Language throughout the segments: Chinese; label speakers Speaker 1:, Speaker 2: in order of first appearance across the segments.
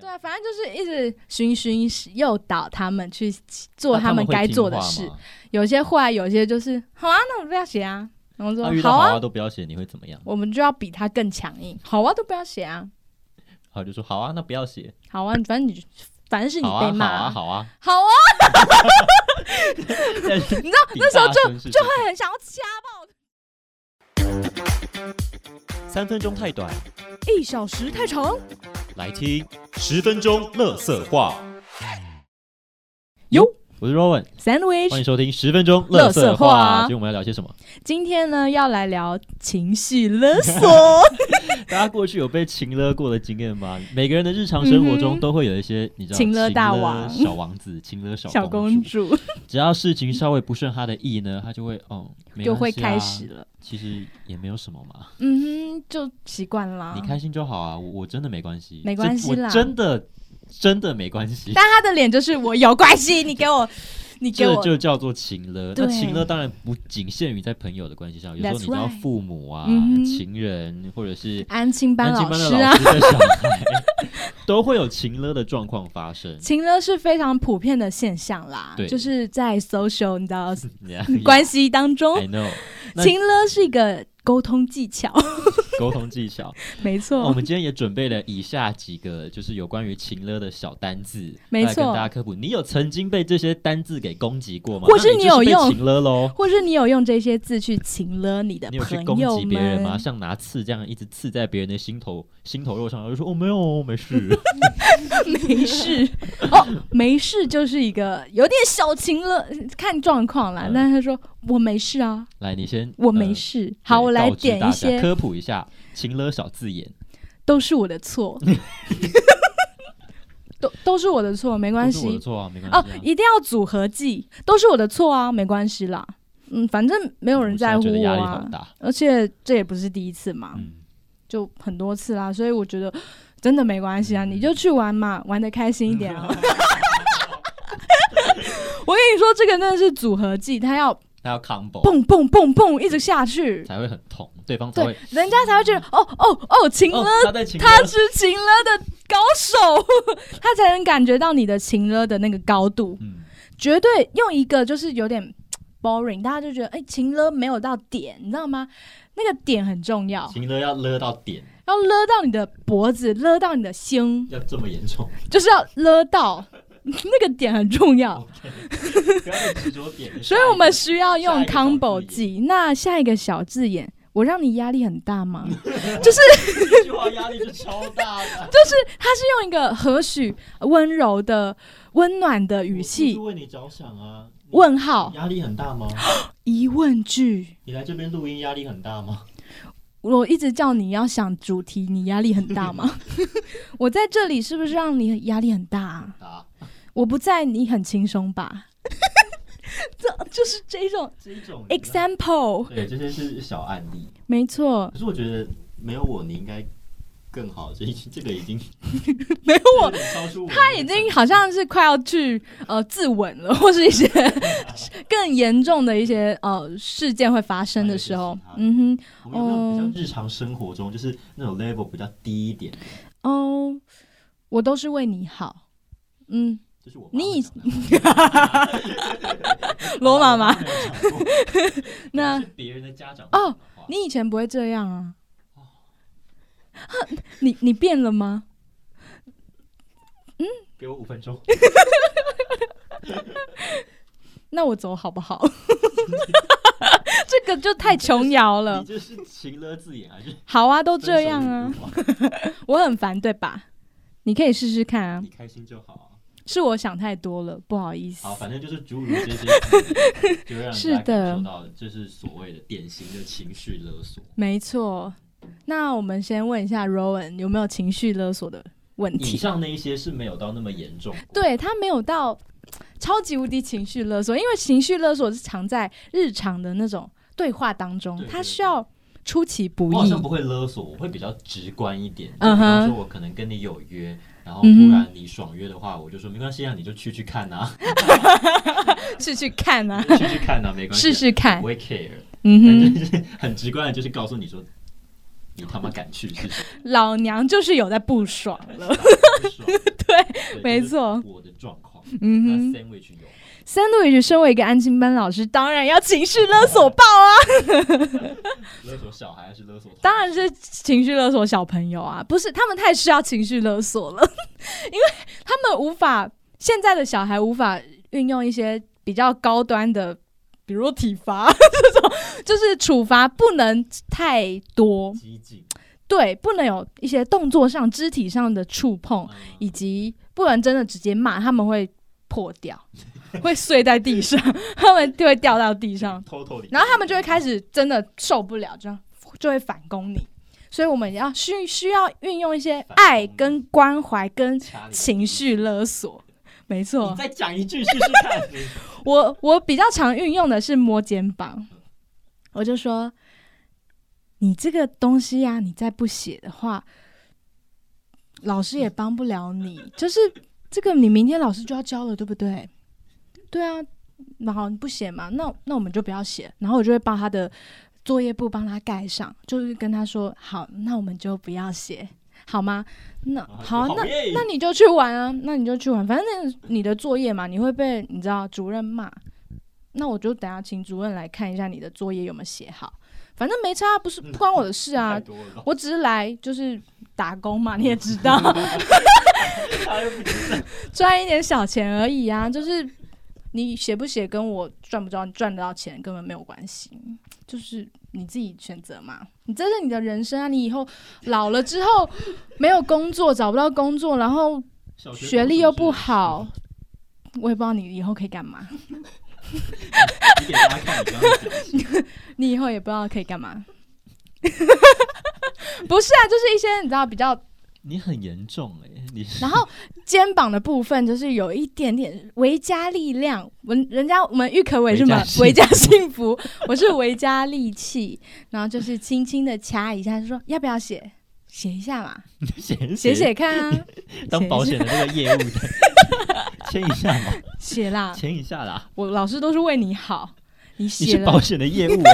Speaker 1: 对啊，反正就是一直循循诱导他们去做
Speaker 2: 那他
Speaker 1: 们
Speaker 2: 会
Speaker 1: 该
Speaker 2: 听
Speaker 1: 做的
Speaker 2: 话
Speaker 1: 事
Speaker 2: 吗。
Speaker 1: 有些坏，有些就是好啊，那我不要写啊。然后说、
Speaker 2: 那遇到
Speaker 1: 好
Speaker 2: 好
Speaker 1: 啊，
Speaker 2: 啊都不要写，你会怎么样？
Speaker 1: 我们就要比他更强硬。好 啊，都不要写啊。
Speaker 2: 好就说好啊，那不要写，
Speaker 1: 好啊，反正你反正是你
Speaker 2: 好
Speaker 1: 被
Speaker 2: 啊，好
Speaker 1: 骂、
Speaker 2: 啊，好啊。
Speaker 1: 好啊，
Speaker 2: 你知
Speaker 1: 道那时候
Speaker 2: 就就
Speaker 1: 会很想要掐。
Speaker 3: 三分钟太短，
Speaker 1: 一小时太长，
Speaker 3: 来听十分钟乐色话。
Speaker 2: 我是 Rowan，欢
Speaker 1: sandwich。
Speaker 2: 迎收听十分钟
Speaker 1: 乐
Speaker 2: 乐
Speaker 1: 色
Speaker 2: 色
Speaker 1: 话啊
Speaker 2: 话。今天我们要聊些什么？
Speaker 1: 今天呢，要来聊情绪勒 索。
Speaker 2: 大家过去有被情勒过的经验吗？每个人的日常生活
Speaker 1: 嗯哼
Speaker 2: 中都会有一些你知道
Speaker 1: 嗯情勒大王
Speaker 2: 情勒小王子、 情勒小
Speaker 1: 小公
Speaker 2: 公。
Speaker 1: 主
Speaker 2: 只要事情稍微不顺他的意呢，他就会哦，没
Speaker 1: 就
Speaker 2: 关
Speaker 1: 会
Speaker 2: 系啊
Speaker 1: 开始。了。
Speaker 2: 其实也没有什么嘛，
Speaker 1: 嗯哼，就习惯啦
Speaker 2: 你。开心就好啊。我我真的没关系，
Speaker 1: 没关系
Speaker 2: 这
Speaker 1: 啦
Speaker 2: 我真的真的没关系。
Speaker 1: 但他的脸就是我有关系，你给我， 你给
Speaker 2: 这
Speaker 1: 我，
Speaker 2: 就叫做情勒。
Speaker 1: 对
Speaker 2: 那情勒当然不仅限于在朋友的关系上，有时
Speaker 1: That's
Speaker 2: 候你知道
Speaker 1: right
Speaker 2: 父母啊、
Speaker 1: 嗯哼
Speaker 2: 情人或者是
Speaker 1: 安亲班
Speaker 2: 安亲
Speaker 1: 老
Speaker 2: 班的
Speaker 1: 师
Speaker 2: 老
Speaker 1: 啊，
Speaker 2: 师的小孩， 都会有情勒的状况发生。
Speaker 1: 情勒是非常普遍的现象啦，
Speaker 2: 对
Speaker 1: 就是在 social 你 知道
Speaker 2: Yeah,
Speaker 1: 关系哦当中
Speaker 2: I，know 哎那
Speaker 1: 情勒是一个沟通技巧，
Speaker 2: 沟通技巧。
Speaker 1: 没
Speaker 2: 那哦我
Speaker 1: 错，
Speaker 2: 们今天也准备了以下几个，就是有关于情勒的小单字，
Speaker 1: 没
Speaker 2: 来跟
Speaker 1: 错
Speaker 2: 大家科普。你有曾经被这些单字给攻击过吗？
Speaker 1: 或是
Speaker 2: 那
Speaker 1: 你
Speaker 2: 你
Speaker 1: 有
Speaker 2: 就是被
Speaker 1: 用
Speaker 2: 情勒喽？
Speaker 1: 或是你有用这些字去情勒你的
Speaker 2: 你有去
Speaker 1: 朋
Speaker 2: 攻
Speaker 1: 友
Speaker 2: 击别人吗？
Speaker 1: 们，
Speaker 2: 像拿刺这样一直刺在别人的心头心头肉上，然后就说哦没有没 事，
Speaker 1: 没事哦，没事就是一个有点小情勒，看状况啦。
Speaker 2: 嗯
Speaker 1: 但是他说我没事啊，
Speaker 2: 来你先，
Speaker 1: 我没
Speaker 2: 呃。
Speaker 1: 事。
Speaker 2: 对
Speaker 1: 好，我来
Speaker 2: 告知
Speaker 1: 点
Speaker 2: 大
Speaker 1: 一
Speaker 2: 家
Speaker 1: 些
Speaker 2: 科普一下情勒小字眼，
Speaker 1: 都是我的错， 都都是我的错，没关
Speaker 2: 不是我
Speaker 1: 系
Speaker 2: 的错啊，没关
Speaker 1: 哦
Speaker 2: 系啊。，
Speaker 1: 一定要组合技，都是我的错啊，没关系啦，嗯，反正没有人在
Speaker 2: 我
Speaker 1: 乎
Speaker 2: 现在觉得压力
Speaker 1: 啊
Speaker 2: 好，大。
Speaker 1: 而且这也不是第一次嘛，
Speaker 2: 嗯，
Speaker 1: 就很多次啦，所以我觉得真的没关系啊，
Speaker 2: 嗯
Speaker 1: 你就去玩嘛，玩的开心一 点啊。我跟你说，这个真的是组合技，它要
Speaker 2: 那要 combo
Speaker 1: 蹦蹦蹦蹦一直下去，
Speaker 2: 才会很痛，对方才
Speaker 1: 对
Speaker 2: 会。，
Speaker 1: 人家才会觉得哦哦哦，情
Speaker 2: 哦
Speaker 1: 勒，
Speaker 2: 他在情勒，
Speaker 1: 他是情勒的高手， 他才能感觉到你的情勒的那个高度。
Speaker 2: 嗯，
Speaker 1: 绝对用一个就是有点 boring，大家就觉得哎、情勒没有到点，你知道吗？那个点很重要，
Speaker 2: 情勒要勒到点，
Speaker 1: 要勒到你的脖子，勒到你的心，
Speaker 2: 要这么严重，
Speaker 1: 就是要勒到 那个点很重
Speaker 2: 哦
Speaker 1: 要。
Speaker 2: 不要被执着点。
Speaker 1: 所以我们需要用
Speaker 2: 下一个小字眼
Speaker 1: combo 技。那下一个小字眼，我让你压力很 大吗？就是
Speaker 2: 这句话压力是超大的
Speaker 1: 它是用一个和煦、温柔的、温暖的 语气
Speaker 2: 为你着想啊。
Speaker 1: 问号
Speaker 2: 压力很大吗？
Speaker 1: 疑问句。
Speaker 2: 你来这边录音压力很大吗？
Speaker 1: 我一直叫你要想主题，你压力很大吗？ 我在这里是不是让你压力很大、啊？
Speaker 2: 啊，
Speaker 1: 我不在，你很轻松吧？ 这就是这种
Speaker 2: 这种啊
Speaker 1: example，
Speaker 2: 对，这些是小案例。
Speaker 1: 没错，
Speaker 2: 可是我觉得没有我，你应该更好。这这个已经
Speaker 1: 没有我，
Speaker 2: 超出我
Speaker 1: 他已经好像是快要去呃自刎了，或是一些 更严重的一些呃事件会发生的时候，嗯哼，
Speaker 2: 我们有没有比较日常生活中，就是那种 level 比较低一点？
Speaker 1: 哦，我都是为你好，嗯，
Speaker 2: 就是我
Speaker 1: 你以
Speaker 2: 以
Speaker 1: 罗妈妈， 那
Speaker 2: 是别人的家长
Speaker 1: 哦
Speaker 2: 讲的话，
Speaker 1: 你以前不会这样啊？
Speaker 2: 哦
Speaker 1: 你你变了吗？
Speaker 2: 给我五分钟，
Speaker 1: 那我走好 不好？这个就太琼瑶了
Speaker 2: 你。这是情勒字眼还是
Speaker 1: 好啊，都
Speaker 2: 分手
Speaker 1: 这样啊
Speaker 2: 语，录？
Speaker 1: 我很烦，对吧？你可以试试看啊
Speaker 2: 你，开心就好啊。
Speaker 1: 是我想太多了，不好意思
Speaker 2: 好，。反正就是诸如这些，就让
Speaker 1: 是
Speaker 2: 大家感
Speaker 1: 的
Speaker 2: 受到就是所谓的典型的情绪勒索。
Speaker 1: 没错，那我们先问一下 Rowan 有没有情绪勒索的问
Speaker 2: 以
Speaker 1: 题？
Speaker 2: 上那一些是没有到那么严重，，
Speaker 1: 对他没有到超级无敌情绪勒索，因为情绪勒索是藏在日常的那种对话当中
Speaker 2: 对，对
Speaker 1: 他
Speaker 2: 对
Speaker 1: 需要出其不
Speaker 2: 我好
Speaker 1: 意
Speaker 2: 像。不会勒索，我会比较直观一点。
Speaker 1: 嗯
Speaker 2: 比
Speaker 1: 哼
Speaker 2: 方说，我可能跟你有约，然后
Speaker 1: 嗯哼
Speaker 2: 突然你爽约的话，我就说没关系啊，你就去去看啊，
Speaker 1: 试试看啊，
Speaker 2: 去去看啊，没关系啊，
Speaker 1: 试试
Speaker 2: 我
Speaker 1: 看
Speaker 2: 不。会 care。但
Speaker 1: 嗯
Speaker 2: 就是很直观的，就是告诉你说，你他妈敢去试试，
Speaker 1: 哼，老娘就是有在不爽了。
Speaker 2: 打得不爽
Speaker 1: 没错，
Speaker 2: 我的状况。那
Speaker 1: 嗯哼。
Speaker 2: sandwich 有吗，
Speaker 1: Sandwich 身为一个安静班老师，当然要情绪勒索爆啊，
Speaker 2: 勒索小孩还是勒索同学？
Speaker 1: 当然是情绪勒索小朋友啊，不是他们太需要情绪勒索了， 因为他们无法现在的小孩无法运用一些比较高端的，比如体罚 这种，就是处罚不能太多，
Speaker 2: 激进，
Speaker 1: 对，不能有一些动作上、肢体上的触碰，
Speaker 2: 嗯
Speaker 1: 以及不能真的直接骂，他们会破掉，会碎在地上， 他们就会掉到地上，
Speaker 2: 嗯偷偷的，
Speaker 1: 然后他们就会开始真的受不了，这样就会反攻你。所以我们要需需要运用一些爱、跟关怀、跟
Speaker 2: 掐你
Speaker 1: 情。绪勒索。没
Speaker 2: 你
Speaker 1: 错，
Speaker 2: 再讲一句试试看。
Speaker 1: 我我比较常运用的是摸肩膀，我就说，你这个东西呀、你再不写的话，老师也帮不了你。就是这个，你明天老师就要交了，对不对？对啊，然后你不写嘛，那那我们就不要写。然后我就会帮他的作业簿帮他盖上，就是跟他说，好，那我们就不要写，好吗？那
Speaker 2: 然后他就
Speaker 1: 好啊，那
Speaker 2: 耶
Speaker 1: 那你就去玩啊，那你就去玩，反正那个你的作业嘛，你会被你知道主任骂。那我就等下请主任来看一下你的作业有没有写好，反正没差，啊不是 不关我的事啊
Speaker 2: 太。多了吧，
Speaker 1: 我只是来就是打工嘛，你也知道，
Speaker 2: 他又不知道
Speaker 1: 赚一点小钱而已啊。就是你写不写跟我赚不赚赚得到钱根本没有关系，就是你自己选择嘛。你这是你的人生啊，你以后老了之后没有工作，找不到工作，然后
Speaker 2: 小
Speaker 1: 学历又不好，我也不知道你以后可以干嘛，
Speaker 2: 你给大家看你刚刚的表情，
Speaker 1: 你以后也不知道可以干嘛。 不是啊，就是一些你知道比较，
Speaker 2: 你很严重哎、你是
Speaker 1: 然后肩膀的部分就是有一点点维加力量，我人家我们郁可伟是吗？维
Speaker 2: 维
Speaker 1: 加
Speaker 2: 加
Speaker 1: 幸福，我是维加力气，然后就是轻轻的掐一下，就说要不要写，写一下嘛，
Speaker 2: 写
Speaker 1: 写写看啊，
Speaker 2: 当保险的那个业务 的，签一下嘛，
Speaker 1: 写啦，
Speaker 2: 签一下啦。
Speaker 1: 我老师都是为你好，你
Speaker 2: 你
Speaker 1: 写
Speaker 2: 是保
Speaker 1: 了
Speaker 2: 险的业务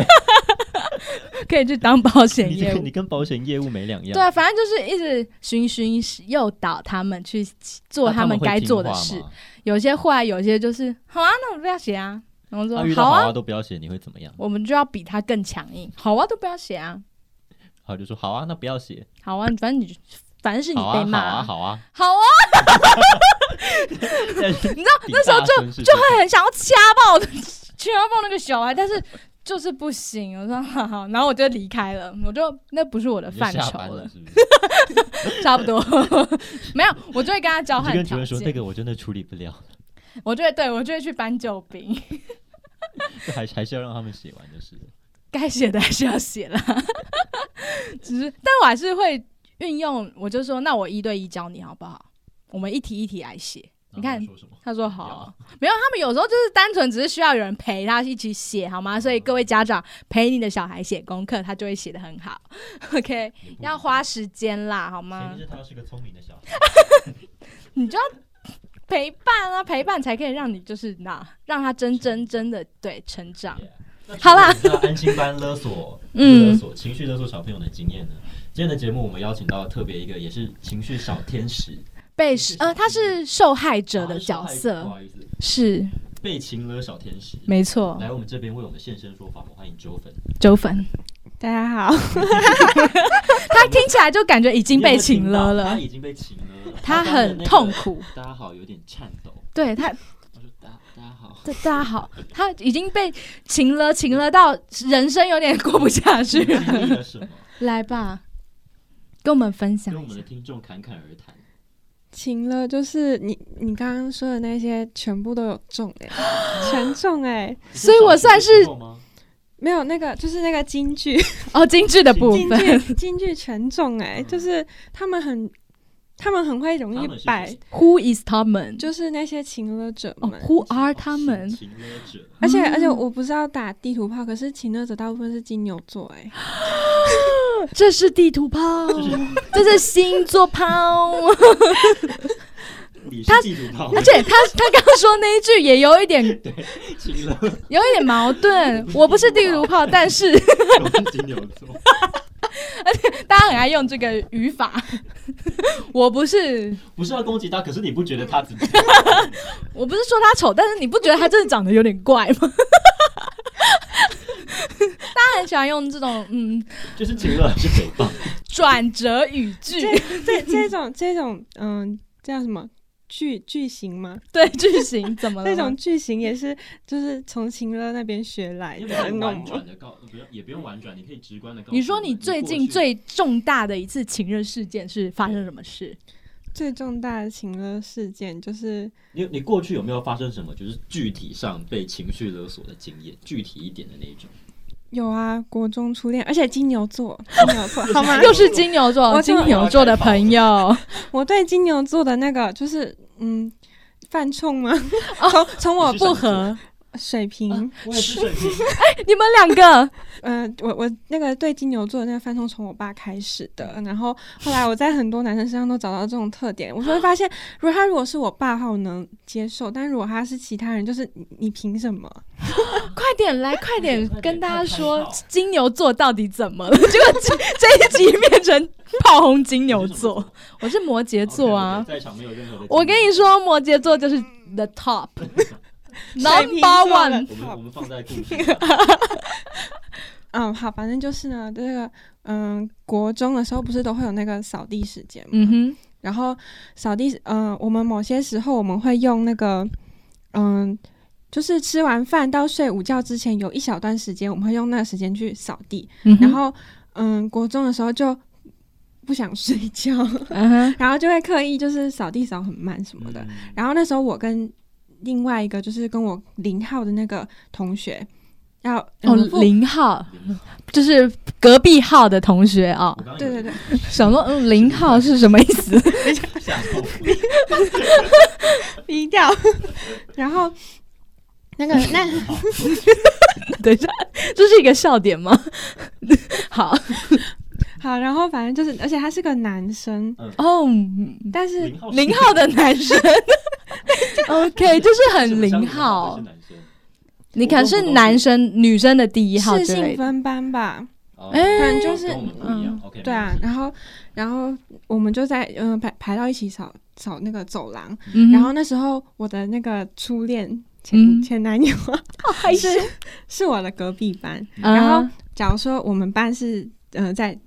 Speaker 2: 哎、
Speaker 1: 可以去当保险
Speaker 2: 你
Speaker 1: 业务
Speaker 2: 跟。你跟保险业务没两样。
Speaker 1: 对啊，反正就是一直循循诱导他们去做
Speaker 2: 那他
Speaker 1: 们
Speaker 2: 们会
Speaker 1: 该
Speaker 2: 听
Speaker 1: 做的
Speaker 2: 话
Speaker 1: 事
Speaker 2: 吗。。
Speaker 1: 有些坏，有些就是好啊，那我不要写啊。然后说
Speaker 2: 那遇到
Speaker 1: 好
Speaker 2: 好
Speaker 1: 啊，
Speaker 2: 啊都不要写，你会怎么样？
Speaker 1: 我们就要比他更强硬。好啊，都不要写啊。
Speaker 2: 好就说好啊，那不要写。
Speaker 1: 好啊，反正你就反正是你
Speaker 2: 好
Speaker 1: 被
Speaker 2: 啊，好
Speaker 1: 骂
Speaker 2: 啊，
Speaker 1: 啊。
Speaker 2: 好 啊。
Speaker 1: 好啊，
Speaker 2: 你知 道
Speaker 1: 那时候
Speaker 2: 就就会
Speaker 1: 会很想要掐爆掐爆那个小孩，但是就是不行。我说好好，然后我就离开了，我就那不是我的
Speaker 2: 你就
Speaker 1: 范
Speaker 2: 下
Speaker 1: 畴
Speaker 2: 班
Speaker 1: 了
Speaker 2: 了，，是不是？
Speaker 1: 差不多 没有，我 就会跟他交
Speaker 2: 你就
Speaker 1: 换
Speaker 2: 跟主
Speaker 1: 条
Speaker 2: 任说那
Speaker 1: 件。
Speaker 2: 个我真的处理不了，
Speaker 1: 我就会对我就会去搬救兵。
Speaker 2: 就还还是要让他们写完就是了。
Speaker 1: 该写的还是要写啦， 只是，但我还是会运用。我就说，那我一对一教你好不好？我们一题一题来写。你看
Speaker 2: 然后他们说什么？
Speaker 1: 他说好，没有，他们有时候就是单纯只是需要有人陪他一起写，好吗？所以各位家长陪你的小孩写功课，他就会写得很好。OK，
Speaker 2: 也不
Speaker 1: 要花时间啦，好
Speaker 2: 前
Speaker 1: 吗
Speaker 2: 提？是他是个聪明的小孩。
Speaker 1: 你就要陪伴啊，陪伴才可以让你就是那让他真真真的对成长。好啦，
Speaker 2: 安心班勒索，
Speaker 1: 嗯
Speaker 2: 勒索情绪勒索小朋友的经验呢？今天的节目我们邀请到了特别一个也是情绪小天使
Speaker 1: 被呃，他是受害者的角
Speaker 2: 啊不
Speaker 1: 色，
Speaker 2: 好意思，
Speaker 1: 是
Speaker 2: 被情勒小天使。
Speaker 1: 没错。
Speaker 2: 来我们这边为我们现身说法，我们欢迎周粉。
Speaker 1: 周粉，大家好。 他听起来就感觉已经被请了
Speaker 2: 你有没有听到他
Speaker 1: 了，
Speaker 2: 已经被请了了，刚
Speaker 1: 他
Speaker 2: 刚的
Speaker 1: 很
Speaker 2: 那个
Speaker 1: 痛。苦。
Speaker 2: 大家好，有点颤抖。
Speaker 1: 对他，
Speaker 2: 他说大大家好，
Speaker 1: 大大家好，他已经被请了，请了到人生有点过不下去
Speaker 2: 你经历
Speaker 1: 了。
Speaker 2: 了什么？
Speaker 1: 来吧，跟我们分享
Speaker 2: 跟我
Speaker 1: 一
Speaker 2: 们
Speaker 1: 下
Speaker 2: 的。听众侃侃而谈。
Speaker 4: 晴了，就是你你刚刚说的那些全部都有中哎、全中哎、
Speaker 1: 所以我算是
Speaker 2: 你小学的时候吗
Speaker 4: 没有那个就是那个京剧，
Speaker 1: 哦，京剧的部
Speaker 4: 京
Speaker 1: 分，
Speaker 4: 剧京剧全中哎、
Speaker 2: 嗯
Speaker 4: 就是他们很他们很会容
Speaker 2: 他
Speaker 4: 易
Speaker 2: 们是
Speaker 4: 摆，
Speaker 1: Who is 他们？
Speaker 4: 就是那些情乐者
Speaker 1: 哦
Speaker 4: 们。
Speaker 1: ，Who are 他们？
Speaker 2: 情勒者。
Speaker 4: 而且
Speaker 1: 嗯
Speaker 4: 而且我不是要打地图炮，可是情乐者大部分是金牛座 哎、
Speaker 1: 这是地图炮，
Speaker 2: 就是
Speaker 1: 这是星 座炮。
Speaker 2: 你
Speaker 1: 他
Speaker 2: 是地主炮，
Speaker 1: 而且他他刚刚说那一句也有一点
Speaker 2: 情乐，
Speaker 1: 有一点矛盾。我不是地图炮，但是
Speaker 2: 我是金牛座。
Speaker 1: 大家很爱用这个语法。 我不是，
Speaker 2: 不是要攻击他，可是你不觉得他自己？
Speaker 1: 我不是说他丑，但是你不觉得他真的长得有点怪 吗？大家很喜欢用这种嗯
Speaker 2: 就是情乐还是诽谤？
Speaker 1: 转折语句，
Speaker 4: 这这这种这种嗯叫什么句句型吗？
Speaker 1: 对句型怎么了
Speaker 4: 这
Speaker 1: 吗？
Speaker 4: 种句型也是就是从秦乐那边学来
Speaker 2: 因
Speaker 4: 的
Speaker 2: 为你，
Speaker 4: 你懂
Speaker 2: 婉
Speaker 4: 吗？
Speaker 2: 转的告，不用也不用婉转，你可以直观的告诉我们。
Speaker 1: 你说你最近
Speaker 2: 过去
Speaker 1: 最重大的一次情人事件是发生什么事？
Speaker 4: 最重大的情勒事件就是
Speaker 2: 你你过去有没有发生什么就是具体上被情绪勒索的经验？具体一点的那一种。
Speaker 4: 有啊，国中初恋，而且金牛座，金牛座好吗？
Speaker 1: 又是金牛座，
Speaker 4: 我就
Speaker 1: 金牛座的朋友，
Speaker 4: 我对金牛座的那个就是嗯犯冲吗？从从我
Speaker 2: 你是
Speaker 1: 不和
Speaker 4: 水瓶，
Speaker 2: 我也是水瓶，
Speaker 1: 你们两个
Speaker 4: 嗯、我我那个对金牛座的那个犯冲从我爸开始的，然后后来我在很多男生身上都找到这种特点，我就会发现，如果他如果是我爸的话，我能接受，但如果他是其他人，就是你你凭什么？
Speaker 1: 快点来，快 点
Speaker 2: 快点
Speaker 1: 跟大家
Speaker 2: 快
Speaker 1: 说
Speaker 2: 快跑
Speaker 1: 金牛座到底怎么了？ 结果这这一集变成炮轰金牛座，我是摩羯座啊
Speaker 2: OK，我觉得在场没有任何的。
Speaker 1: 我跟你，说，摩羯座就是 the top
Speaker 4: 水
Speaker 1: number
Speaker 4: 瓶座
Speaker 1: one
Speaker 4: 的。
Speaker 2: 我们
Speaker 4: 好
Speaker 2: 我们放 在故事。
Speaker 4: 嗯，好，反正就是呢，这个嗯，国中的时候不是都会有那个扫地时间嘛，
Speaker 1: 嗯哼，
Speaker 4: 然后扫地时，嗯、我们某些时候我们会用那个，嗯、就是吃完饭到睡午觉之前有一小段时间，我们会用那个时间去扫地，
Speaker 1: 嗯哼
Speaker 4: 然，后嗯、国中的时候就不想睡觉，
Speaker 1: 嗯哼，
Speaker 4: 然后就会刻意就是扫地扫很慢什么的，
Speaker 1: 嗯
Speaker 2: 嗯
Speaker 4: 然后那时候我跟另外一个就是跟我零号的那个同学。要
Speaker 1: 哦，
Speaker 4: 嗯付
Speaker 1: 零号就是隔壁号的同学啊、
Speaker 2: 我刚刚
Speaker 4: 对对对，
Speaker 1: 想说嗯，零号是什么意思？
Speaker 2: 对，吓死我！
Speaker 4: 低调。 然后那个那
Speaker 1: 等一下，这是一个笑点吗？ 好，
Speaker 4: 好，然后反正就是，而且他是个男生，
Speaker 1: 哦，
Speaker 4: 但是
Speaker 2: 零号
Speaker 1: 零号的男 生，OK，就是很零号
Speaker 2: 是，男生
Speaker 1: 你可能是男生、女生的第一号
Speaker 4: 是
Speaker 1: 之类
Speaker 4: 性
Speaker 1: 的。
Speaker 4: 分班吧？
Speaker 2: 哦
Speaker 1: 哎
Speaker 4: 反正嗯就是
Speaker 2: 跟我们不一样。OK，
Speaker 4: 对啊
Speaker 2: 没，事
Speaker 4: 然后然后我们就在嗯、呃排排到一起扫扫那个走廊，
Speaker 1: 嗯哼
Speaker 4: 然后那时候我的那个初恋前、
Speaker 1: 嗯
Speaker 4: 前男友啊
Speaker 1: 害羞
Speaker 4: 是是我的隔壁班，
Speaker 1: 哦啊
Speaker 4: 然后假如说我们班是呃在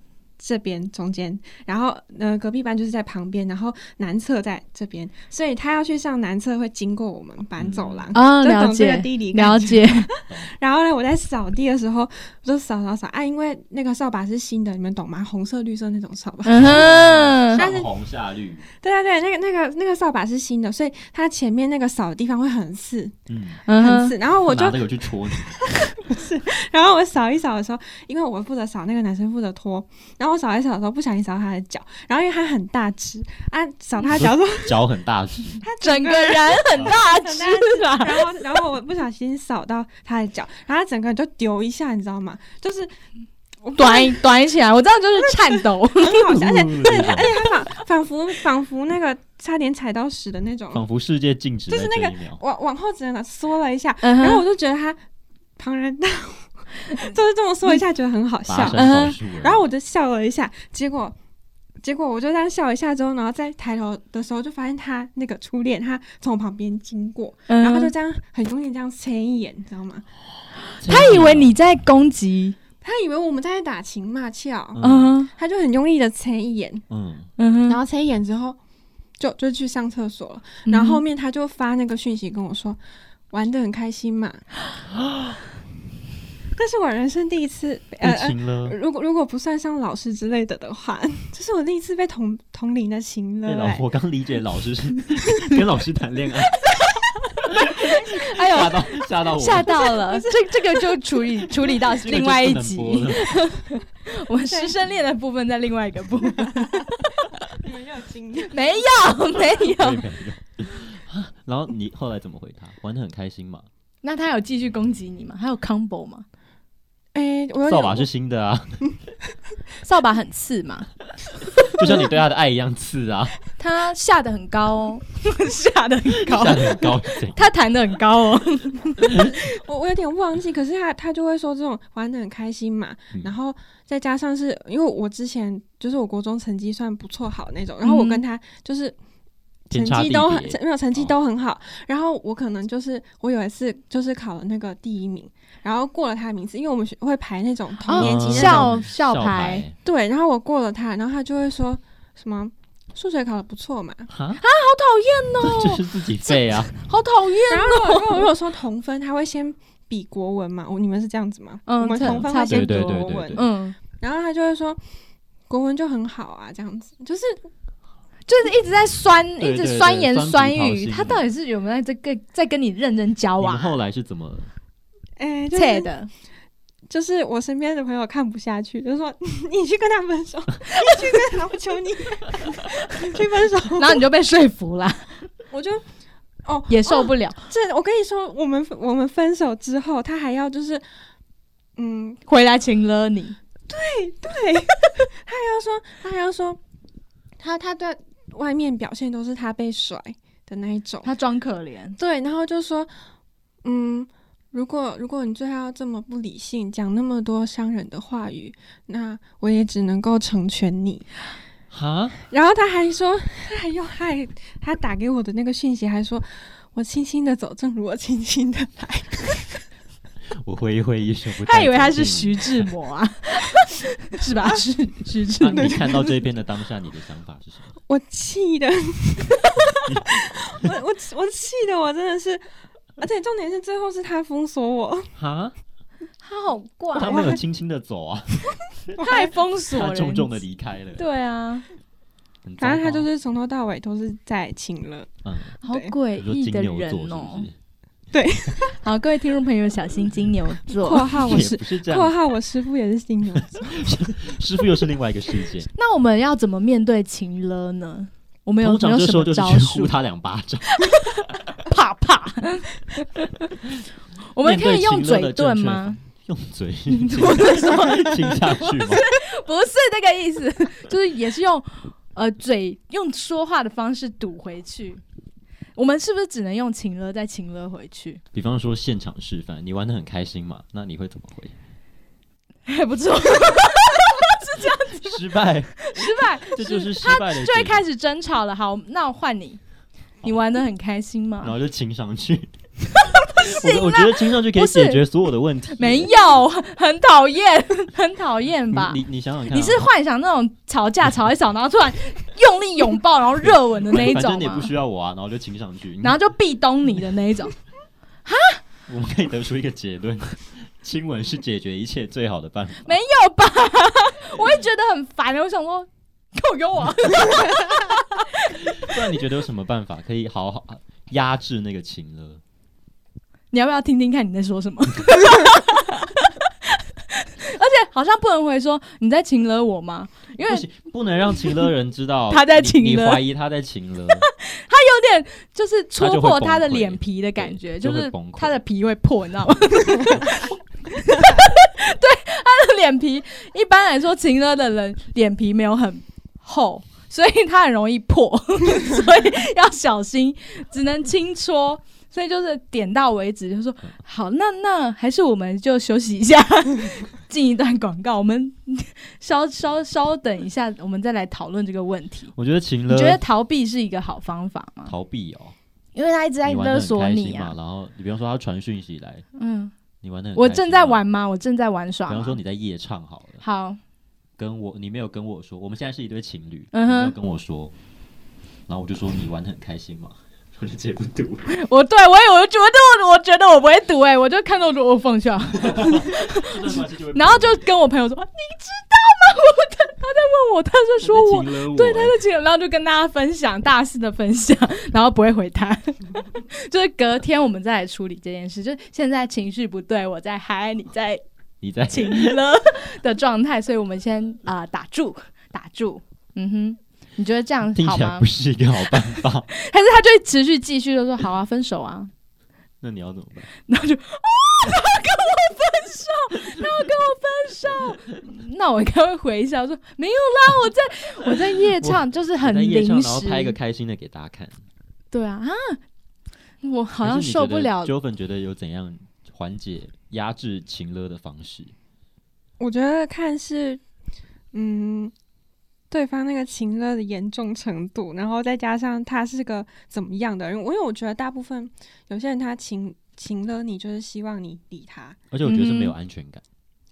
Speaker 4: 这边中间，然后呃隔壁班就是在旁边，然后男厕在这边，所以他要去上男厕会经过我们
Speaker 2: 嗯
Speaker 4: 班走廊。
Speaker 1: 啊，
Speaker 4: 就
Speaker 1: 了
Speaker 4: 懂这个
Speaker 1: 解，
Speaker 4: 地理
Speaker 1: 了
Speaker 4: 感
Speaker 1: 解，
Speaker 4: 然后呢，我在扫地的时候，我就扫扫扫啊，因为那个扫把是新的，你们懂吗？红色、绿色那种扫把。
Speaker 1: 嗯哼，
Speaker 4: 但
Speaker 2: 上
Speaker 4: 是
Speaker 2: 红下绿，
Speaker 4: 对对对，那个那个那个扫把是新的，所以它前面那个扫的地方会很刺，
Speaker 2: 嗯，
Speaker 1: 嗯
Speaker 4: 很
Speaker 1: 哼，
Speaker 4: 刺。然后我就
Speaker 2: 拿，那个去戳你，
Speaker 4: 然后我扫一扫的时候，因为我负责扫，那个男生负责拖。然后我扫一扫的时候，不小心扫到他的脚，然后因为他很大只啊，扫他脚的时候，
Speaker 2: 脚很大只，
Speaker 4: 他
Speaker 1: 整个人很大只啊啦，
Speaker 4: 然后然后我不小心扫到他的脚，然后他整个人就丢一下，你知道吗？就是我不知道
Speaker 1: 短短起来，我知道就是颤抖。
Speaker 4: 很好笑，而且
Speaker 2: 对
Speaker 4: 而且他仿仿佛仿佛那个差点踩到屎的那种，
Speaker 2: 仿佛世界静止
Speaker 4: 就
Speaker 2: 在
Speaker 4: 是
Speaker 2: 这
Speaker 4: 那个
Speaker 2: 一秒。
Speaker 4: 往往后只能缩了一下，
Speaker 1: 嗯
Speaker 4: 然后
Speaker 1: 哼，
Speaker 4: 我就觉得他庞然大 物，就是这么缩一下，觉得很好
Speaker 2: 跋
Speaker 4: 笑。
Speaker 2: 山好树人
Speaker 4: 嗯然后我就笑了一下，结果结果我就这样笑一下之后，然后再抬头的时候就发现他那个初恋，他从我旁边经过，
Speaker 2: 嗯
Speaker 1: 然
Speaker 4: 然后他就这样很用力这样瞥一眼，你知道吗？
Speaker 1: 他
Speaker 2: 啊
Speaker 1: 以为你在攻击，
Speaker 4: 他以为我们在打情骂俏，
Speaker 2: 嗯
Speaker 1: 嗯哼
Speaker 4: 他就很用力的瞥一眼，
Speaker 2: 嗯，
Speaker 1: 嗯哼，
Speaker 4: 然后瞥一眼之后就就去上厕所了。
Speaker 1: 嗯
Speaker 4: 然后
Speaker 1: 哼
Speaker 4: 后面他就发那个讯息跟我说，玩的很开心嘛。那是我人生第一次，呃
Speaker 2: 啊被
Speaker 4: 呃，
Speaker 2: 亲了，
Speaker 4: 如果如果不算上老师之类的的话， 这是我第一次被同同龄的情
Speaker 2: 被
Speaker 4: 了、
Speaker 2: 老
Speaker 4: 欸。
Speaker 2: 我刚理解老师是 跟老师谈 恋爱，
Speaker 1: 哎
Speaker 4: 啊
Speaker 2: 吓到吓
Speaker 1: 呦，
Speaker 2: 到我，
Speaker 1: 吓到了，这这个就处 理处理到
Speaker 2: 这个就
Speaker 1: 另外一
Speaker 2: 不能
Speaker 1: 集，
Speaker 2: 播了
Speaker 1: 我们师生恋的部分在另外一个部 分，
Speaker 4: 你们有经验？
Speaker 1: 没有没
Speaker 2: 对
Speaker 1: 有，
Speaker 2: 没有然后你后来怎么回他？玩的很开心嘛？
Speaker 1: 那他有继续攻击你吗？还有 combo 吗？
Speaker 4: 哎、哎、我有
Speaker 2: 扫
Speaker 4: 点
Speaker 2: 把是新的啊，
Speaker 1: 扫把很刺嘛，
Speaker 2: 就像你对他的爱一样刺 啊，
Speaker 1: 他下得很高 哦，下得很高，
Speaker 2: 站得很高是 怎样？
Speaker 1: 他弹得很高哦。
Speaker 4: 我我有点忘记，可是他他就会说这种玩的很开心嘛，
Speaker 2: 嗯
Speaker 4: 然后再加上是因为我之前就是我国中成绩算不错好那种，然后
Speaker 2: 嗯
Speaker 4: 我跟他就是成
Speaker 2: 天差
Speaker 4: 绩
Speaker 2: 地
Speaker 4: 都很
Speaker 2: 别
Speaker 4: 成没有成绩
Speaker 2: 哦
Speaker 4: 都很好，然后我可能就是我有一次就是考了那个第一名，然后过了他的名次，因为我们学会排那种同
Speaker 1: 哦
Speaker 4: 年级
Speaker 1: 嗯
Speaker 4: 那种、
Speaker 1: 校校
Speaker 2: 校
Speaker 1: 牌
Speaker 4: 对，然后我过了他，然后他就会说什么数学考的不错嘛，
Speaker 2: 牌啊，
Speaker 1: 好讨
Speaker 2: 就
Speaker 1: 厌哦，
Speaker 2: 是自己背啊，
Speaker 1: 好讨厌。
Speaker 4: 然后如果如果说同分，他会先比国文嘛，我你们是这样子吗？
Speaker 1: 嗯
Speaker 4: 我们
Speaker 1: 差
Speaker 4: 同分
Speaker 1: 差
Speaker 4: 会
Speaker 1: 不
Speaker 4: 先
Speaker 2: 多对
Speaker 4: 比国
Speaker 2: 对对
Speaker 4: 文
Speaker 2: 对，
Speaker 1: 嗯，
Speaker 4: 然后他就会说国文就很好啊，这样子，就是
Speaker 1: 就是一直在酸，
Speaker 2: 对
Speaker 1: 一直
Speaker 2: 对
Speaker 1: 酸
Speaker 2: 对
Speaker 1: 言
Speaker 2: 酸葡
Speaker 1: 酸
Speaker 2: 萄
Speaker 1: 语。
Speaker 2: 心
Speaker 1: 他到底是有没有在跟在跟你认真交
Speaker 2: 你
Speaker 1: 往
Speaker 2: 们后
Speaker 1: 啊？
Speaker 2: 来是怎么？
Speaker 4: 哎、就
Speaker 1: 切
Speaker 4: 是
Speaker 1: 的，
Speaker 4: 就是我身边的朋友看不下去，就说 你去跟他分手，你去跟他，我求你 去分手。
Speaker 1: 然后你就被说服 了，
Speaker 4: 我就哦，
Speaker 1: 也受
Speaker 4: 哦
Speaker 1: 不了，
Speaker 4: 这我跟你说，我们我们分手之后，他还要就是嗯，
Speaker 1: 回来请了你。
Speaker 4: 对，他还要说，他还要说，他他对外面表现都是他被甩的那一种。
Speaker 1: 他装可怜，
Speaker 4: 对，然后就说，嗯，如果如果你最后要这么不理性，讲那么多伤人的话语，那我也只能够成全你。
Speaker 2: 哈，
Speaker 4: 然后他还说， 他还又还他打给我的那个讯息还说，我轻轻的走，正如我轻轻的来。
Speaker 2: 我挥一挥衣袖，不
Speaker 1: 他
Speaker 2: 带
Speaker 1: 以为他
Speaker 2: 走
Speaker 1: 是
Speaker 2: 进
Speaker 1: 徐志摩 啊，是吧？是徐志
Speaker 2: 那
Speaker 1: 摩
Speaker 2: 啊你。看到这边的当 下，你的想法是什么？
Speaker 4: 我气的， 我我我气的，我真的是，而且重点是最后是他封锁我，
Speaker 2: 哈，
Speaker 1: 他好怪
Speaker 2: 他没有轻轻的走啊，
Speaker 1: 他还封锁
Speaker 2: 他
Speaker 1: 人，
Speaker 2: 重重的离开了。
Speaker 1: 对啊，
Speaker 2: 很糟糕，
Speaker 4: 反正他就是从头到尾都是在请了。
Speaker 2: 嗯，
Speaker 1: 好
Speaker 4: 对
Speaker 1: 诡
Speaker 2: 你说
Speaker 1: 异
Speaker 2: 金
Speaker 1: 的
Speaker 2: 牛
Speaker 1: 人
Speaker 2: 座是
Speaker 1: 哦
Speaker 2: 不。是？
Speaker 1: 好，各位听众朋友，小心金牛
Speaker 4: 括
Speaker 1: 座。
Speaker 4: 号我
Speaker 2: 也
Speaker 4: 师
Speaker 2: 不啊是 这
Speaker 4: 括
Speaker 2: 样，
Speaker 4: 号我师傅也是金牛座。
Speaker 2: 师傅又是另外一个世界。
Speaker 1: 那我们要怎么面对情了呢？我们有
Speaker 2: 通
Speaker 1: 没
Speaker 2: 常
Speaker 1: 有
Speaker 2: 这
Speaker 1: 什
Speaker 2: 时候
Speaker 1: 么
Speaker 2: 就是
Speaker 1: 招
Speaker 2: 去呼
Speaker 1: 数？
Speaker 2: 他两巴掌。
Speaker 1: 啪啪！ 我们可以用
Speaker 2: 面对情勒
Speaker 1: 嘴
Speaker 2: 的
Speaker 1: 盾
Speaker 2: 正确
Speaker 1: 吗？
Speaker 2: 用 嘴
Speaker 1: 我是说，
Speaker 2: 亲下去吗？
Speaker 1: 不是这个意思， 就是也是用呃嘴用说话的方式堵回去。我们是不是只能用情勒再情勒回去？
Speaker 2: 比方说现场示范，你玩的很开心嘛，那你会怎么 回？
Speaker 1: 还不错，
Speaker 2: 失败，
Speaker 1: 失败，
Speaker 2: 这就是失败的。
Speaker 1: 就会开，始争吵了。好，那我换你，你玩的很开心
Speaker 2: 然
Speaker 1: 吗？
Speaker 2: 后就亲上 去。我我觉得亲上去可以
Speaker 1: 啊不是
Speaker 2: 解决所有的问题。
Speaker 1: 没有，很讨厌，很讨厌吧？
Speaker 2: 你你你想想看啊，
Speaker 1: 你是幻想那种 吵架吵一吵，然后突然用力拥抱，然后热吻的那一
Speaker 2: 反
Speaker 1: 种
Speaker 2: 正你也
Speaker 1: 吗
Speaker 2: 不？需要我啊，然后就亲上去。
Speaker 1: 然后就壁咚你的那 一种，
Speaker 2: 我们可以得出一个结论： 亲吻是解决一切最好的办法。
Speaker 1: 没有吧？我也觉得很烦。我想说， 够用啊！
Speaker 2: 不然你觉得有什么办法可以好好压制那个情勒？
Speaker 1: 你要不要听听看你在 说什么？ 而且好像不能回说你在请了我吗？因为
Speaker 2: 不行，不能让情勒人知道
Speaker 1: 他在
Speaker 2: 你
Speaker 1: 情
Speaker 2: 你
Speaker 1: 勒
Speaker 2: 怀疑他在情 勒，
Speaker 1: 有点就是戳破他的脸皮的感觉，
Speaker 2: 他就会崩溃
Speaker 1: 是
Speaker 2: 对就会崩溃
Speaker 1: 他的皮会破，你知道吗？ 对，他的脸皮一般来说，情勒的人脸皮没有很厚，所以他很容易破， 所以要小心，只能轻戳。所以就是点到为止，就说
Speaker 2: 嗯
Speaker 1: 好，那那还是我们就休息一下， 进一段广告，我们稍稍稍等一下，我们再来讨论这个问题。
Speaker 2: 我觉得情
Speaker 1: 你
Speaker 2: 勒
Speaker 1: 觉得逃避是一个好方法吗？
Speaker 2: 逃避哦，
Speaker 1: 因为他一直在
Speaker 2: 你玩得
Speaker 1: 勒
Speaker 2: 很
Speaker 1: 索
Speaker 2: 开
Speaker 1: 你
Speaker 2: 心嘛，
Speaker 1: 啊。
Speaker 2: 然后你比方说他传讯息来，
Speaker 1: 嗯，
Speaker 2: 你玩的
Speaker 1: 我正在玩，吗？我正在玩
Speaker 2: 比
Speaker 1: 耍吗。
Speaker 2: 方说你在夜唱好了，
Speaker 1: 好，
Speaker 2: 跟我你没有跟我说，我们现在是一对情侣，
Speaker 1: 嗯
Speaker 2: 你没有
Speaker 1: 哼
Speaker 2: 跟我说，然后我就说你玩的很开心嘛，我就截不住，
Speaker 1: 我对我也我觉得我我觉得我不会赌哎、我就看到我说我放 下，
Speaker 2: 这段关系就会
Speaker 1: 然后就跟我朋友说，你知道吗？ 我他他在问我，他在说我
Speaker 2: 他在，情勒我欸
Speaker 1: 对，他在请，然后就跟大家分享大肆的分享， 然后不会回他， 就是隔天我们再来处理这件事。就是现在情绪不对，我在嗨，你在
Speaker 2: 你在
Speaker 1: 情了 的状态，所以我们先啊、呃打住，打住，嗯哼。你觉得这样
Speaker 2: 听
Speaker 1: 好
Speaker 2: 起来
Speaker 1: 吗
Speaker 2: 不？是一个好办法。
Speaker 1: 还是他就会持续继续的说好啊，分手啊，
Speaker 2: 那你要怎么办？
Speaker 1: 然后就啊，他要跟我分手，他要跟我分手。那我应该会回一下，我说没有啦，我在我在夜唱，就是很
Speaker 5: 在夜
Speaker 1: 临
Speaker 5: 唱，然后
Speaker 1: 时。
Speaker 5: 拍一个开心的给大家看。
Speaker 1: 对啊啊，我好
Speaker 2: 还
Speaker 1: 像
Speaker 2: 是你
Speaker 1: 受
Speaker 2: 觉
Speaker 1: 不
Speaker 2: 得
Speaker 1: 了。
Speaker 2: 纠纷觉得有怎样缓解、压制情勒的方式？
Speaker 4: 我觉得看是，嗯，对方那个情勒的严重程度，然后再加上他是个怎么样的人，因为我觉得大部分有些人他情情勒你，就是希望你理他
Speaker 2: 而且我觉得是没有
Speaker 1: 嗯
Speaker 2: 安全感。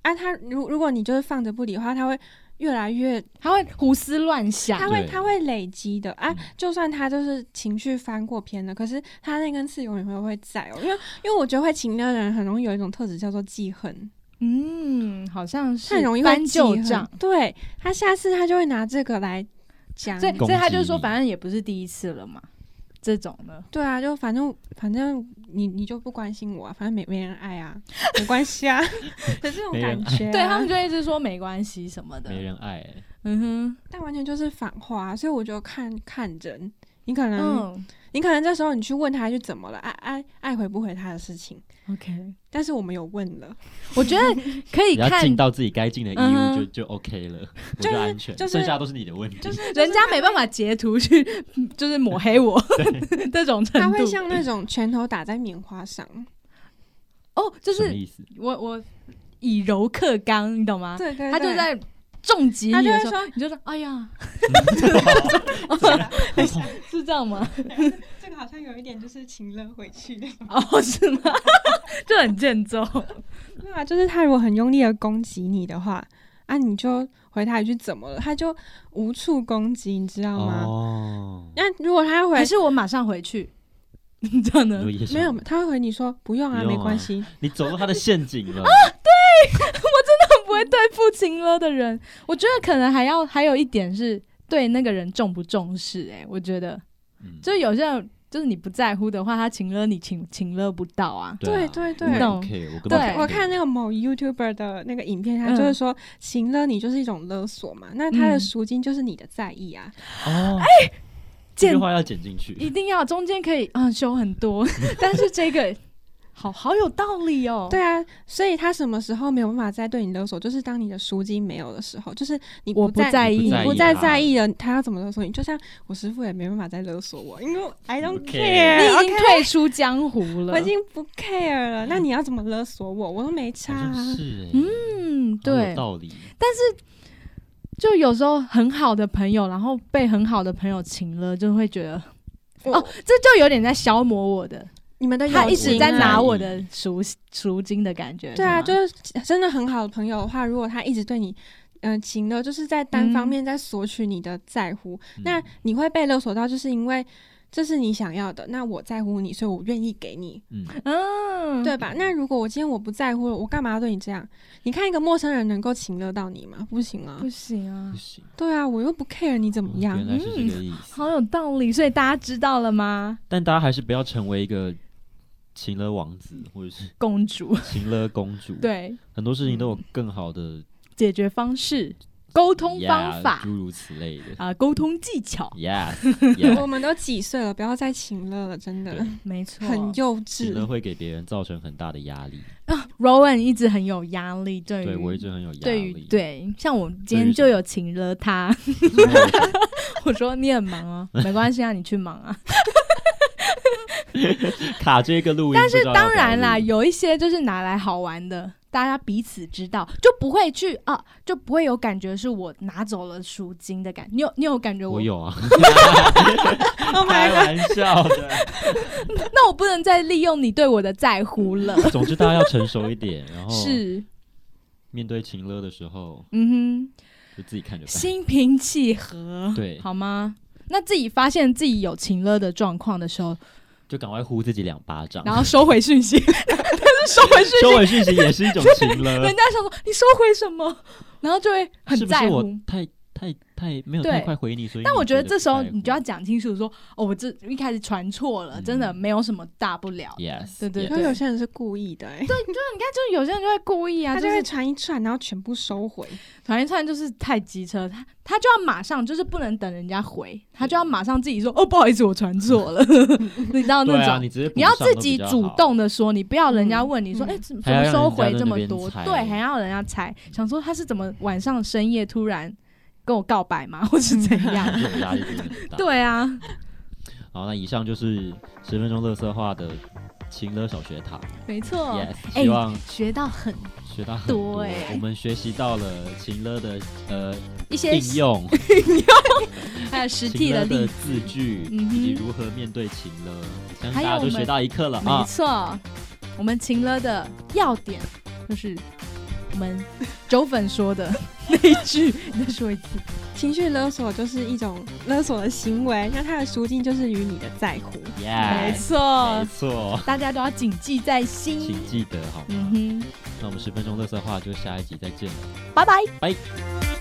Speaker 4: 啊，他如如果你就是放着不理的话，他会越来越，
Speaker 1: 他会胡思乱想
Speaker 4: 他，会
Speaker 2: 对
Speaker 4: 他会累积的啊
Speaker 2: 嗯。
Speaker 4: 就算他就是情绪翻过偏了，可是他那根刺永远会会在哦，因为因为我觉得会情勒的人很容易有一种特质叫做记恨。
Speaker 1: 嗯，好像是
Speaker 4: 他很容易会
Speaker 1: 翻
Speaker 4: 记
Speaker 1: 旧
Speaker 4: 恨
Speaker 1: 账，
Speaker 4: 对他下次他就会拿这个来讲，
Speaker 1: 所以
Speaker 2: 攻
Speaker 1: 所以他就
Speaker 2: 击
Speaker 1: 说，
Speaker 2: 你
Speaker 1: 反正也不是第一次了嘛，这种的。
Speaker 4: 对啊，就反正反正你你就不关心我啊，反正没没人爱啊， 没关 系啊，的这种
Speaker 2: 没
Speaker 4: 感
Speaker 2: 人
Speaker 4: 觉啊、
Speaker 1: 对他们就一直说没关系什么的，
Speaker 2: 没人爱、欸
Speaker 1: 嗯
Speaker 4: 但完全就是反话、啊所以我就看看人，你可
Speaker 1: 哼，
Speaker 4: 能、
Speaker 1: 嗯
Speaker 4: 你可能这时候你去问他就怎么了，爱爱爱回不回他的事情，
Speaker 1: ，OK，
Speaker 4: 但是我们有问了，
Speaker 1: 我觉得可以
Speaker 2: 只要
Speaker 1: 看，
Speaker 2: 尽到自己该尽的义
Speaker 1: 嗯
Speaker 2: 务就，就 OK 了，我就
Speaker 4: 就
Speaker 2: 是安全，
Speaker 4: 就是
Speaker 2: 剩下都是你的问题。
Speaker 4: 就是
Speaker 1: 人家没办法截图去，就是抹黑我 这种程
Speaker 4: 他
Speaker 1: 度。
Speaker 4: 会像那种拳头打在棉花上，
Speaker 1: 哦，就
Speaker 2: 什么
Speaker 1: 是
Speaker 2: 意思？
Speaker 1: 我我以柔克刚，你懂吗？
Speaker 4: 对对对，
Speaker 1: 他就在重击
Speaker 4: 他
Speaker 1: 你
Speaker 4: 就
Speaker 1: 的
Speaker 4: 会
Speaker 1: 时候，
Speaker 4: 说
Speaker 1: 你就说哎呀，
Speaker 2: 嗯
Speaker 1: 是这样吗？
Speaker 4: 这个好像有一点就是情乐回去的，
Speaker 1: 哦，是吗？ 就很欠 揍。
Speaker 4: 对啊，就是他如果很用力的攻击你的话，啊，你就回他一句怎么了，他就无处攻击，你知道吗？
Speaker 2: 哦，
Speaker 4: 那如果他回
Speaker 1: 还是我马上回去，这样
Speaker 2: 你
Speaker 1: 呢
Speaker 2: 说？夜
Speaker 4: 没有
Speaker 2: 唱，
Speaker 4: 他会回你说不用
Speaker 2: 不
Speaker 4: 啊，
Speaker 2: 用啊
Speaker 4: 没关系。
Speaker 2: 你走入他的陷阱
Speaker 1: 啊
Speaker 2: 了。
Speaker 1: 不会对付情了的人，我觉得可能还要还有一点是对那个人重不重视、欸。我觉得
Speaker 2: 嗯
Speaker 1: 就是有些人就是你不在乎的话，他情了你情情了不到啊。
Speaker 2: 对
Speaker 4: 对对
Speaker 1: 对
Speaker 2: 我 OK，我根
Speaker 1: 对
Speaker 2: 本不
Speaker 4: 我
Speaker 2: care
Speaker 4: 看那个某 YouTuber 的那个影片，他
Speaker 1: 嗯
Speaker 4: 就是说，情勒你就是一种勒索嘛，那他的
Speaker 1: 嗯
Speaker 4: 赎金就是你的在意啊，
Speaker 2: 哦，这
Speaker 1: 哎剪
Speaker 2: 句话要剪进去
Speaker 1: 一。定要中间可以嗯修很 多，但是这个好好有道理哦。
Speaker 4: 对啊，所以他什么时候没有办法再对你勒索，就是当你的赎金没有的时候，就是你
Speaker 1: 我
Speaker 4: 不
Speaker 1: 不在意
Speaker 2: 你
Speaker 4: 你
Speaker 2: 在
Speaker 4: 不
Speaker 2: 意
Speaker 4: 再
Speaker 2: 他
Speaker 4: 在意了，他要怎么勒索你？就像我师傅也没办法再勒索我，因为我 I don't
Speaker 2: OK
Speaker 4: care，
Speaker 1: 你已经
Speaker 4: 哎 OK，
Speaker 1: 退出江湖了
Speaker 4: 我已。经不 care 了，那你要怎么勒索我？我都没差、
Speaker 2: 好像
Speaker 4: 啊。
Speaker 2: 是欸，好
Speaker 1: 嗯，
Speaker 2: 有
Speaker 1: 对，
Speaker 2: 道理。
Speaker 1: 就有时候很好的朋友，然后被很好的朋友情了，就会觉得
Speaker 4: 我
Speaker 1: 哦，这就有点在消磨我的
Speaker 4: 你们的
Speaker 1: 他
Speaker 4: 友
Speaker 1: 一直
Speaker 4: 情
Speaker 1: 在
Speaker 4: 啊
Speaker 1: 拿我的赎赎金的感觉。
Speaker 4: 对啊，就是是真的很好的朋友的话，如果他一直对你，嗯、情的，就是在单方
Speaker 1: 嗯
Speaker 4: 面在索取你的在乎，
Speaker 2: 嗯
Speaker 4: 那你会被勒索到，就是因为这是你想要的，那我在乎你，所以我愿意给你，
Speaker 2: 嗯，
Speaker 1: 嗯，
Speaker 4: 对吧？那如果我今天我不在乎了，我干嘛要对你这样？你看一个陌生人能够情勒到你吗？不行啊
Speaker 1: 不，行啊
Speaker 2: 不，行，
Speaker 4: 对啊，我又不 care 你怎
Speaker 1: 嗯
Speaker 4: 么样
Speaker 2: 原，来是这个意思。
Speaker 1: 好有道理，所以大家知道了吗？
Speaker 2: 但大家还是不要成为一个情勒王子或者是
Speaker 1: 公主
Speaker 2: 情勒公主。，
Speaker 1: 嗯对
Speaker 2: 很多事情都有更好的
Speaker 1: 解决方式、沟通
Speaker 2: yeah，
Speaker 1: 方法
Speaker 2: 诸如此类的。
Speaker 1: 啊，沟通技巧，
Speaker 2: Yes，
Speaker 4: 我
Speaker 2: yeah，
Speaker 4: 们都几岁了，不要再情勒了，真的
Speaker 2: 对
Speaker 1: 没错。
Speaker 4: 很幼稚
Speaker 2: 情。勒会给别人造成很大的压力。
Speaker 1: Rowan 一直很有压力，对于
Speaker 2: 对我一直很有压力。
Speaker 1: 对于对，像我今
Speaker 2: 对
Speaker 1: 天
Speaker 2: 于
Speaker 1: 就有请了 他，
Speaker 2: 所以我
Speaker 1: 我说你很 忙哦，没关系啊，你去忙啊。
Speaker 2: 卡这个录音，但
Speaker 1: 但是当然啦，有一些就是拿来好玩的，大家彼此知道，就不会去啊，就不会有感觉是我拿走了赎金的感你有你有感觉我？
Speaker 2: 我有 啊，
Speaker 4: Oh
Speaker 2: 开
Speaker 4: my god！
Speaker 2: 玩笑的。
Speaker 1: 那我不能再利用你对我的在乎了。
Speaker 2: 总之，大家要成熟一点，然后
Speaker 1: 是，
Speaker 2: 面对情勒的时候，
Speaker 1: 嗯
Speaker 2: 就自己看着
Speaker 1: 哼，
Speaker 2: 办。
Speaker 1: 心平气和，
Speaker 2: 对
Speaker 1: 好吗？那自己发现自己有情勒的状况的时候，
Speaker 2: 啊就赶快呼自己两巴掌，
Speaker 1: 然后收回讯 息，但是收回讯
Speaker 2: 收
Speaker 1: 息，
Speaker 2: 尾讯息也是一种情勒
Speaker 1: 人。家想说你收回什么，然后就会很
Speaker 2: 呃是不
Speaker 1: 在
Speaker 2: 是
Speaker 1: 乎。
Speaker 2: 我太太太没有
Speaker 1: 对
Speaker 2: 太快回你，所以
Speaker 1: 但
Speaker 2: 你
Speaker 1: 我觉得
Speaker 2: 不
Speaker 1: 这时候
Speaker 2: 在乎
Speaker 1: 你就要讲清楚说，哦，我这一开始传错了，真的
Speaker 2: 嗯
Speaker 1: 没有什么大不了。
Speaker 2: yes，
Speaker 1: 对对
Speaker 4: 因
Speaker 1: 对
Speaker 4: 为有些人是故意的、欸，
Speaker 1: 你看，就有些人就会故意啊，
Speaker 4: 他
Speaker 1: 就
Speaker 4: 就会
Speaker 1: 是
Speaker 4: 传一串，然后全部收回。
Speaker 1: 团一串就是太机车，他他就要马上，就是不能等人家回，他就要马上自己说，哦，不好意思，我传错了， 你知道那
Speaker 2: 对啊，
Speaker 1: 种。
Speaker 2: 你直接补
Speaker 1: 你要
Speaker 2: 上
Speaker 1: 自
Speaker 2: 都比
Speaker 1: 己
Speaker 2: 较
Speaker 1: 主
Speaker 2: 好
Speaker 1: 动的说，你不要人家问你说，
Speaker 4: 嗯
Speaker 1: 哎、
Speaker 4: 嗯
Speaker 1: 怎
Speaker 2: 还
Speaker 1: 怎么
Speaker 2: 要
Speaker 1: 收
Speaker 2: 让人家
Speaker 1: 回
Speaker 2: 在
Speaker 1: 这
Speaker 2: 那
Speaker 1: 么
Speaker 2: 边
Speaker 1: 多？
Speaker 2: 猜
Speaker 1: 对，还要人家猜，想说他是怎么晚上深夜突然跟我告白吗，或是 怎样？
Speaker 2: 这种 压力真的很大。
Speaker 1: 对啊，
Speaker 2: 好，那以上就是十分钟乐色化的情乐小学堂。
Speaker 1: 没错
Speaker 2: Yes，
Speaker 1: 哎
Speaker 2: 希望
Speaker 1: 学到很
Speaker 2: 学到很多。
Speaker 1: 多哎
Speaker 2: 我们学习到了情乐的呃
Speaker 1: 一些
Speaker 2: 应用，
Speaker 1: 还有实体
Speaker 2: 情乐
Speaker 1: 的例
Speaker 2: 的
Speaker 1: 子，
Speaker 2: 字句，
Speaker 1: 嗯
Speaker 2: 以
Speaker 1: 哼
Speaker 2: 及如何面对情乐，相
Speaker 1: 还
Speaker 2: 信大
Speaker 1: 有
Speaker 2: 家
Speaker 1: 我
Speaker 2: 都
Speaker 1: 们
Speaker 2: 学到一课了
Speaker 1: 没
Speaker 2: 啊。
Speaker 1: 错。我们晴了的要点就是我们周粉 说的那一句，你再说一次。
Speaker 4: 情绪勒索就是一种勒索的行为，那它的赎金就是与你的在乎。
Speaker 2: Yes，
Speaker 1: 没
Speaker 2: 没哎
Speaker 1: 错，
Speaker 2: 错，
Speaker 1: 大家都要谨记在心
Speaker 2: 请。记得好吗？
Speaker 1: 嗯哼，
Speaker 2: 那我们十分钟乐色化就下一集再见了。
Speaker 1: 拜拜。
Speaker 2: 拜